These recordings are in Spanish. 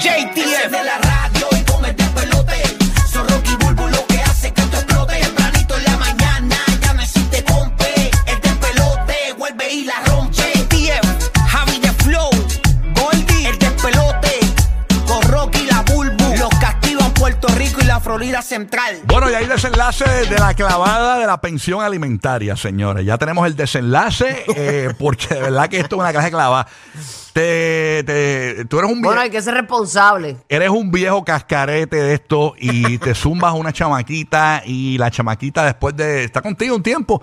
JTF de la radio y comete pelote. Son Rocky Bulbo lo que hace que esto explote. Tempranito en la mañana ya no existe compe. El de pelote vuelve y la rompe. JTF, Javi de Flow, Goldie, el de pelote. Con Rocky y la Bulbo. Los castigan Puerto Rico y la Florida Central. Bueno, y hay desenlace de la clavada de la pensión alimentaria, señores. Ya tenemos el desenlace, eh, porque de verdad que esto es una clase clavada. Te, te- tú eres un Bueno, viejo, hay que ser responsable. eres un viejo cascarete de esto y te zumbas a una chamaquita y la chamaquita después de... Está contigo un tiempo.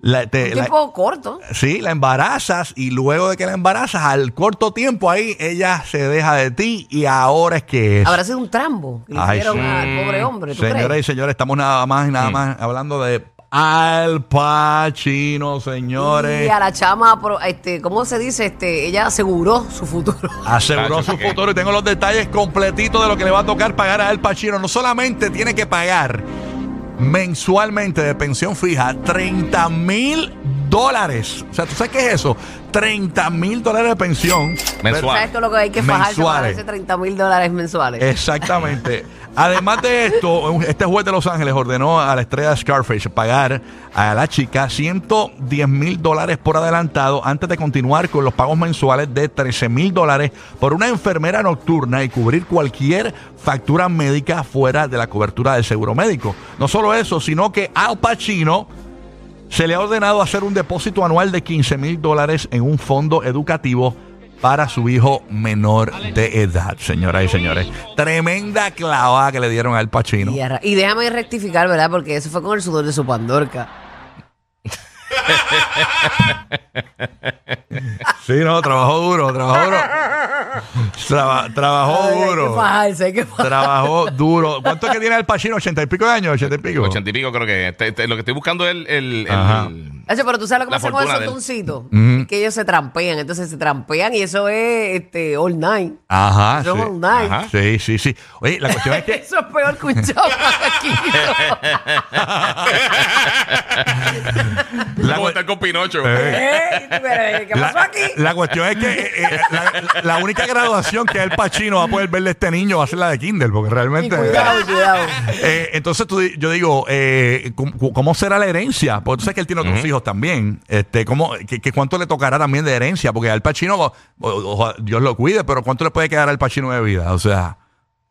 la- te- la- Tiempo corto. Sí, la embarazas y luego de que la embarazas, al corto tiempo ahí, ella se deja de ti y ahora es que es. Habrá sido un trambo que le Ay, hicieron sí. al pobre hombre, ¿tú Señoras crees? y señores, estamos nada más y nada Mm. más hablando de Al Pacino, señores. Y a la chama, pro- este, ¿cómo se dice? Este, ella aseguró su futuro. Aseguró Tacho, su ¿para qué? futuro y tengo los detalles completitos de lo que le va a tocar pagar a Al Pacino. No solamente tiene que pagar mensualmente de pensión fija 30 mil dólares. O sea, ¿tú sabes qué es eso? 30 mil dólares de pensión. Mensual. ¿Sabes todo lo que hay que fajarse para Mensuales. ese 30 mil dólares mensuales? Exactamente. Además de esto, un- este juez de Los Ángeles ordenó a la estrella Scarface pagar a la chica 110 mil dólares por adelantado antes de continuar con los pagos mensuales de 13 mil dólares por una enfermera nocturna y cubrir cualquier factura médica fuera de la cobertura del seguro médico. No solo eso, sino que Al Pacino se le ha ordenado hacer un depósito anual de 15 mil dólares en un fondo educativo para su hijo menor de edad, señoras y señores. Tremenda clavada que le dieron al Pacino. Y, arra- y déjame rectificar, ¿verdad? Porque eso fue con el sudor de su pandorca. Sí, no, trabajó duro, trabajó duro. Traba- trabajó Ay, Hay que Oh, duro. fajarse, hay que fajarse. Trabajó duro. ¿Cuánto es que tiene al Pacino? ¿80 y pico de años? ¿80 y pico? 80 y pico creo que. Te- te- lo que estoy buscando es el. el- el- Ajá. Nacho, pero tú sabes lo que La pasa con fortuna esos de él. toncitos. Ujú. Es que ellos se trampean, entonces se trampean y eso es este, all night. Ajá, Eso es all sí. night. Ajá. Sí, sí, sí. Oye, la cuestión es que... Eso es peor que un chamaquito. la ¿Cómo cu- estar con Pinocho? ¿Eh? Pero, ¿Qué pasó La, aquí? la cuestión es que eh, eh, la, la única graduación que el Pachino va a poder verle a este niño va a ser la de Kindle, porque Y realmente. cuidado, cuidado. Eh, entonces tú di- yo digo, eh, ¿cómo, cómo será la herencia? Porque tú sabes que él tiene otros hijos también. Este, ¿cómo, que, que ¿Cuánto le tocará también de herencia? Porque al Pachino, o- o- Dios lo cuide, pero ¿cuánto le puede quedar al Pachino de vida? O sea.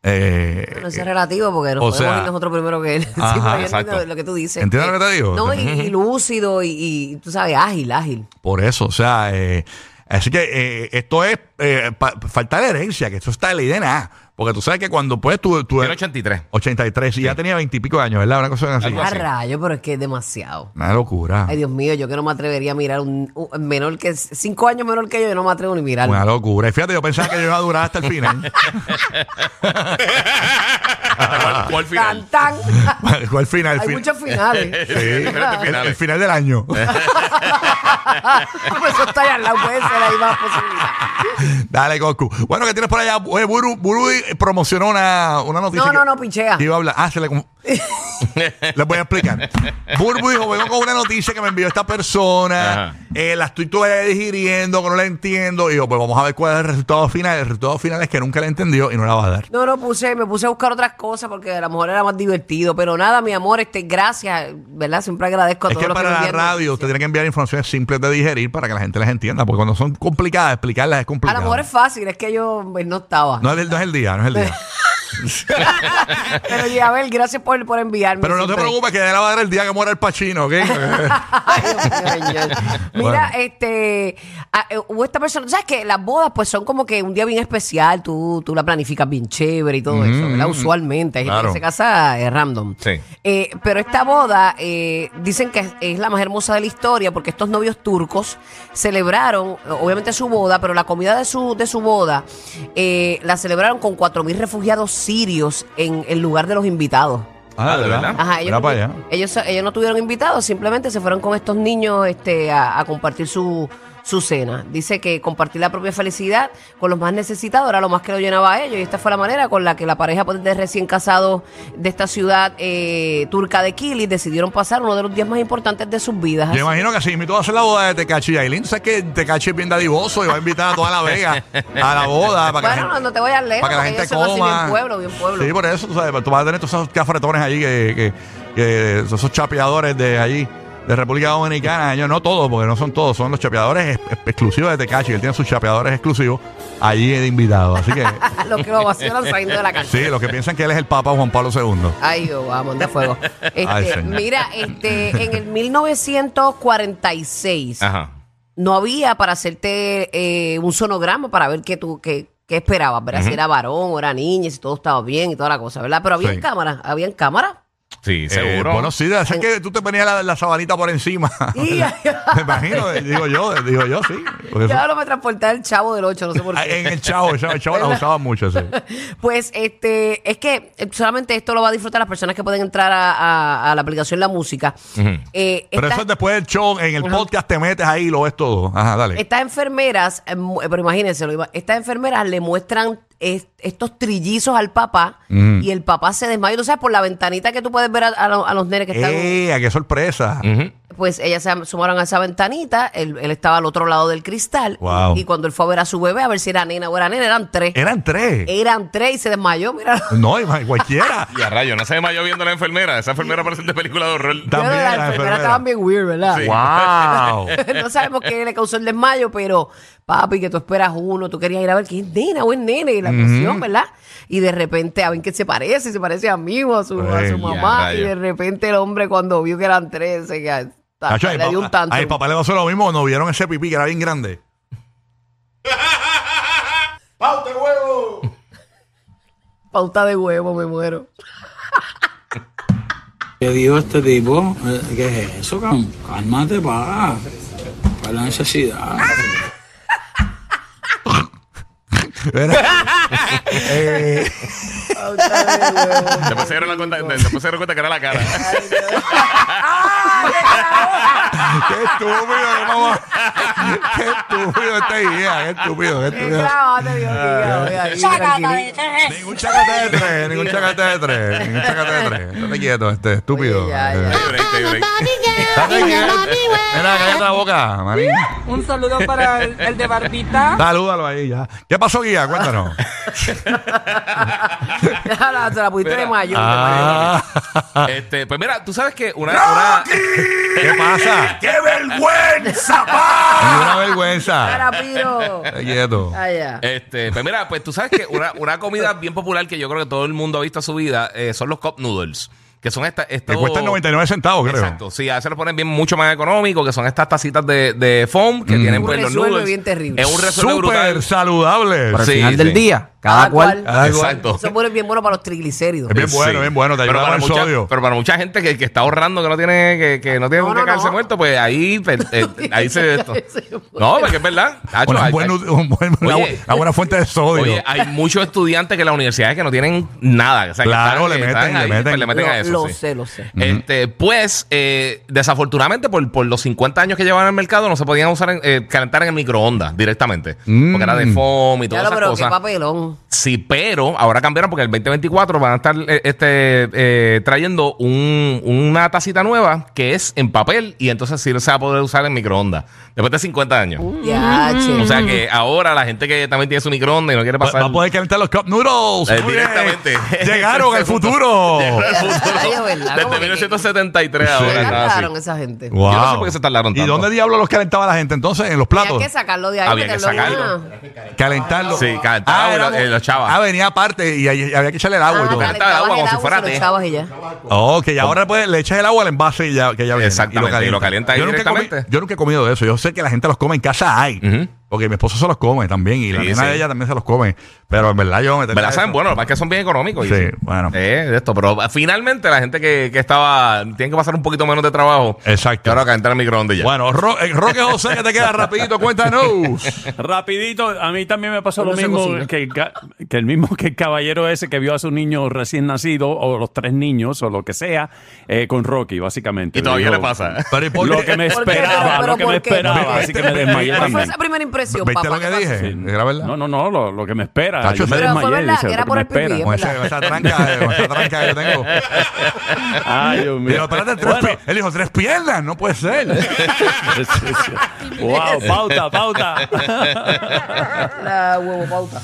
eh, Bueno, eso es relativo porque nos O podemos sea, ir nosotros primero que él. Sí, ajá, pero yo exacto. entiendo lo que tú dices. ¿Entiendes lo que te digo? No, y, y lúcido y, y, tú sabes, ágil, ágil. Por eso, o sea, eh, así que eh, esto es eh, pa- falta de herencia, que esto está en la idea de nada. Porque tú sabes que cuando pues tú... tú Tiene 83. 83 y ya tenía 20 y pico de años, ¿verdad? Una cosa así. Algo A así. rayo, pero es que es demasiado. Una locura. Ay, Dios mío, yo que no me atrevería a mirar un, un menor que cinco años menor que yo, yo no me atrevo ni mirarlo. Una locura. Y fíjate, yo pensaba que yo iba a durar hasta el final. ¿Cuál, cuál Tan, final? tan. ¿Cuál final? Hay Fin- muchos finales. Sí. Diferentes El, finales. el final del año. Pues Eso está ahí al lado, puede ser ahí más posibilidad. Dale, Goku. Bueno, ¿qué tienes por allá? Oye, Buru, Buru promocionó una, una noticia. No, que- no, no, pichea. Que iba a hablar. Ah, se le. conf- Les voy a explicar. Burbu dijo: Vengo con una noticia que me envió esta persona. Ajá. eh, la estoy todavía digiriendo, que no la entiendo. Y yo, pues vamos a ver cuál es el resultado final. El resultado final es que nunca la entendió y no la va a dar. No, no puse, me puse a buscar otras cosas porque a lo mejor era más divertido. Pero nada, mi amor, este, gracias, ¿verdad? Siempre agradezco a Es todos que los que me para la envían radio usted tiene que enviar informaciones simples de digerir para que la gente las entienda. Porque cuando son complicadas, explicarlas es A complicado. lo mejor es fácil, es que yo pues, no estaba. No es, el, no es el día, no es el día. Pero ya, a ver, gracias por, por enviarme. Pero no te siempre. preocupes que de la va a dar el día que muera el Pachino, ¿ok? Ah, Ay, Dios mío, señor. Mira, este, a- eh, hubo esta persona, ¿sabes que Las bodas pues son como que un día bien especial, tú, tú la planificas bien chévere y todo eso, ¿verdad? Usualmente, hay gente Claro. que se casa eh, random. Sí. Eh, pero esta boda, eh, dicen que es, es la más hermosa de la historia porque estos novios turcos celebraron, eh, obviamente su boda, pero la comida de su, de su boda eh, la celebraron con 4.000 refugiados sirios en el lugar de los invitados. Ah, ¿de verdad? Ajá, Mira ellos, no, para allá. ellos, ellos no tuvieron invitados, simplemente se fueron con estos niños este, a, a compartir su, su cena. Dice que compartir la propia felicidad con los más necesitados era lo más que lo llenaba a ellos. Y esta fue la manera con la que la pareja pues, de recién casados de esta ciudad eh, turca de Kilis decidieron pasar uno de los días más importantes de sus vidas. Yo imagino que así invitó a hacer la boda de Tecachi y Aileen. Sabes que Tecachi es bien dadivoso y va a invitar a toda la Vega a la boda para que Bueno, la gente, no te voy a leer, para que la porque gente yo soy así coma. bien pueblo, bien pueblo. Sí, por eso, tú ¿sabes? Tú vas a tener todos esos cafretones ahí, que, que- que esos chapeadores de allí, de República Dominicana. Ellos no todos, porque no son todos, son los chapeadores ex- ex- exclusivos de Tecachi. Él tiene sus chapeadores exclusivos allí de invitados. Así que, los que lo vaciaron saliendo de la cancha. sí, los que piensan que él es el Papa Juan Pablo II. Ay, Jehová, manda fuego. Este, Ay, señor. mira, este, en el 1946 Ajá. no había para hacerte eh, un sonograma para ver qué tú qué, qué esperabas, ¿verdad? Si era varón o era niña, si todo estaba bien y toda la cosa, ¿verdad? Pero había Sí. cámaras, habían cámaras. Sí, Eh, seguro. bueno, sí, de hacer que tú te ponías la, la sabanita por encima. Y- Me imagino, eh, digo yo, eh, digo yo, sí. Porque eso- Ya lo me transporté al chavo del 8, no sé por Ah, qué. en el chavo, el chavo, el chavo las usaba mucho. sí. Pues este, es que eh, solamente esto lo va a disfrutar las personas que pueden entrar a, a- a la aplicación La Música. Eh, Pero esta- eso es después del show, en el podcast te metes ahí y lo ves todo. Ajá, dale. Estas enfermeras, eh, mu- eh, pero imagínense, lo ima- estas enfermeras le muestran es- estos trillizos al papá y el papá se desmayó. Tú sabes, por la ventanita que tú puedes ver a, a lo- a los nenes que están. ¡Eh! ¡Qué sorpresa! Ujú. Pues ellas se am- sumaron a esa ventanita, él, él estaba al otro lado del cristal. Wow. Eh. Y cuando él fue a ver a su bebé, a ver si era nena o era nena, eran tres. Eran tres. Eran tres y se desmayó, mira. No, ima- cualquiera. Y a rayo, no se desmayó viendo a la enfermera. Esa enfermera parece de película de horror. Da- También Yo, era la enfermera enfermera. estaba bien weird, ¿verdad? Sí. ¡Wow! no sabemos qué le causó el desmayo, pero papi, que tú esperas uno, tú querías ir a ver quién es nena o es nene, y la cuestión, ¿verdad? Y de repente, a ver qué se parece, si se parece a mí o a su, a su Ey, mamá, ya, y de repente el hombre cuando vio que eran tres, se que- Cacho, le dio un tanto. Ay, papá le pasó lo mismo cuando vieron ese pipí que era bien grande. Pauta de huevo, me muero. Le digo a este tipo, eh, ¿qué es eso, cabrón? Cálmate, pa. Para la necesidad. Era- Eh, Pauta de huevo. Después se dieron la cuenta, de- después se dieron cuenta que era la cara. ¡Qué estúpido! qué mamá! ¡Qué estúpido esta idea! ¡Qué estúpido! ¡Qué Qué estúpido! clavate, Dios mío, oiga, ahí, tranquilito. Ningún chacate de tres, ningún chacate de tres, ningún chacate de tres. Estate quieto, este estúpido. Oye, ya, ya. Te break, te break. Estate quieto. Mira, cállate la boca, manín. Un saludo para el, el de Barbita. Salúdalo ahí ya. ¿Qué pasó, guía? Cuéntanos. Ya la- Ah, Se la pudiste Mira. de mayo. Ah, Este, pues mira, tú sabes que una, una, ¿Qué pasa? ¡Qué vergüenza, pa! Una vergüenza. Para piro. Estate quieto. Ah, ya. este, pues mira, pues tú sabes que una, una comida bien popular que yo creo que todo el mundo ha visto en su vida eh, son los cup noodles, que son estas Te cuesta 99 centavos, creo. Exacto, sí, a veces lo ponen bien mucho más económico, que son estas tacitas de, de foam Mm. que tienen Un pues, los resuelve noodles. bien terrible. Es un resuelve Súper brutal. saludable. Sí, final sí. del día, cada Cada cual. cual. Exacto. Eso pone bien bueno para los triglicéridos. Es bien Sí. bueno, bien bueno. Te pero ayuda para con el mucha, sodio. Pero para mucha gente que, que está ahorrando, que no tiene que, que no tiene No, con qué no, caerse no. muerto, pues ahí, pues, eh, ahí se ve esto. Se muere. No, porque es verdad. Tacho, Una, hay- buen- hay- un buen- una bu- Oye. una buena fuente de sodio. Oye, hay muchos estudiantes que en las universidades que no tienen nada. O sea, que Claro, le que meten, le pues, meten. le meten lo, a eso. lo sí. sé, lo sé. Este, pues, eh, desafortunadamente, por, por los 50 años que llevaban en el mercado, no se podían usar en- eh, calentar en el microondas directamente. Mm. Porque era de foam y Ya lo, todas esas pero qué cosas. papelón. Sí, pero ahora cambiaron porque el 2024 van a estar eh, este, eh, trayendo un- una tacita nueva que es en papel y entonces sí se va a poder usar en microondas después de 50 años. Ya, che. O sea que ahora la gente que también tiene su microondas y no quiere Mm. Pues, Va- pasar. Va a poder calentar los cup noodles. Eh, Muy bien. directamente. Llegaron al futuro. Ay, es verdad, como Desde que- 1973 Sí. ahora. ¿Qué estaba así. gastaron esa gente? Wow. Yo no sé por qué se tardaron ¿Y tanto. dónde diablos los calentaba la gente entonces? En los Había platos. que sacarlo de ahí. Había que meterlo en sacarlo. una- Calentarlo. Sí, Ah, calentaba, era- eh, los echaba. Ah, venía aparte y ahí- había que echarle el agua y Ah, todo. calentaba calentabas el agua como si fuera se lo té. echabas y ya. Ok, y ahora pues le echas el agua al envase y ya, que ya viene. Exactamente, y lo calienta ahí yo, nunca he comi- directamente. yo nunca he comido de eso. Yo sé que la gente los come en casa hay. Ujú. Porque mi esposo se los come también. Y la Sí, nena sí. de ella también se los come. Pero en verdad yo me Me la saben eso. bueno, lo que pasa es que son bien económicos. y- Sí, bueno. Eh, de esto, pero finalmente la gente que, que estaba, tiene que pasar un poquito menos de trabajo. Exacto. Y ahora calentar el microondas ya. Bueno, Ro- eh, Roque José, que te queda rapidito, cuéntanos. Rapidito, a mí también me pasó lo Uno se mismo cocina. que el, ca- que el mismo que el caballero ese que vio a su niño recién nacido, o los tres niños, o lo que sea, eh, con Rocky, básicamente. y todavía Digo, le pasa. Pero, ¿y por Lo qué? que me ¿Por qué? esperaba, Pero, lo que ¿por me qué? esperaba, así que me desmayé ¿Cuál fue también. esa primera impresión, ¿Viste papá? lo ¿Qué que pasó? dije? Era verdad. No, no, no, lo, lo que me espera. Tacho, yo me pero fue desmayé, verdad, dice, que era lo que por me el pipí, espera. es Con esa, con esa tranca, eh, con esa tranca que yo tengo. Ay, Dios mío. Pero espérate, tres Bueno, pi- él dijo, tres piernas, no puede ser. sí, sí, sí. wow, pauta, pauta. La huevo pauta.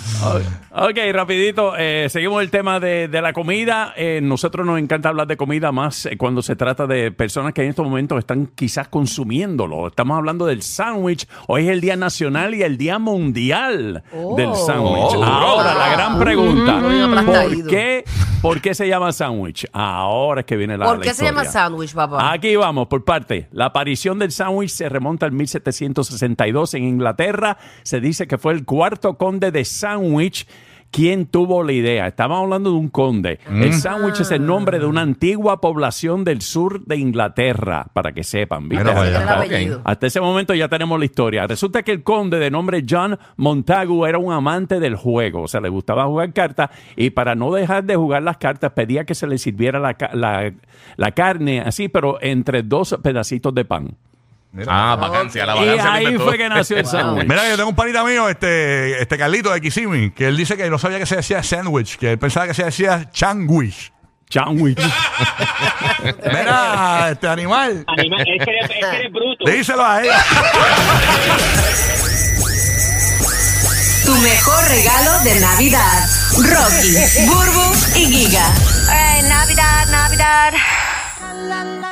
Ok, rapidito, eh, seguimos el tema de, de la comida. Eh, nosotros nos encanta hablar de comida más eh, cuando se trata de personas que en estos momentos están quizás consumiéndolo. Estamos hablando del sándwich. Hoy es el Día Nacional y el Día Mundial Oh. del Sándwich. Oh. Ahora, la gran pregunta. Mm, ¿Por aplastadito. qué, ¿Por qué se llama sándwich? Ahora es que viene la ¿Por la qué se llama historia. sándwich, papá? Aquí vamos, por parte. La aparición del sándwich se remonta al 1762 en Inglaterra. Se dice que fue el cuarto conde de sándwich quien tuvo la idea. Estamos hablando de un conde. El sándwich es el nombre de una antigua población del sur de Inglaterra, para que sepan. ¿viste? Mira para Era el Ah, ok. apellido. Hasta ese momento ya tenemos la historia. Resulta que el conde de nombre John Montagu era un amante del juego, o sea, le gustaba jugar cartas y para no dejar de jugar las cartas pedía que se le sirviera la, ca- la- la carne así, pero entre dos pedacitos de pan. Ah, vacancia, la Y vacancia. ahí inventó. fue que nació el Wow. sándwich. Mira, yo tengo un panita mío, este, este Carlito de Kissimmee, que él dice que no sabía que se decía sandwich, que él pensaba que se decía changuish. Sándwich. Mira, este animal, Anima- es, que eres, es que eres bruto. díselo a él. Tu mejor regalo de Navidad. Rocky, Burbu y Giga. Navidad, Navidad.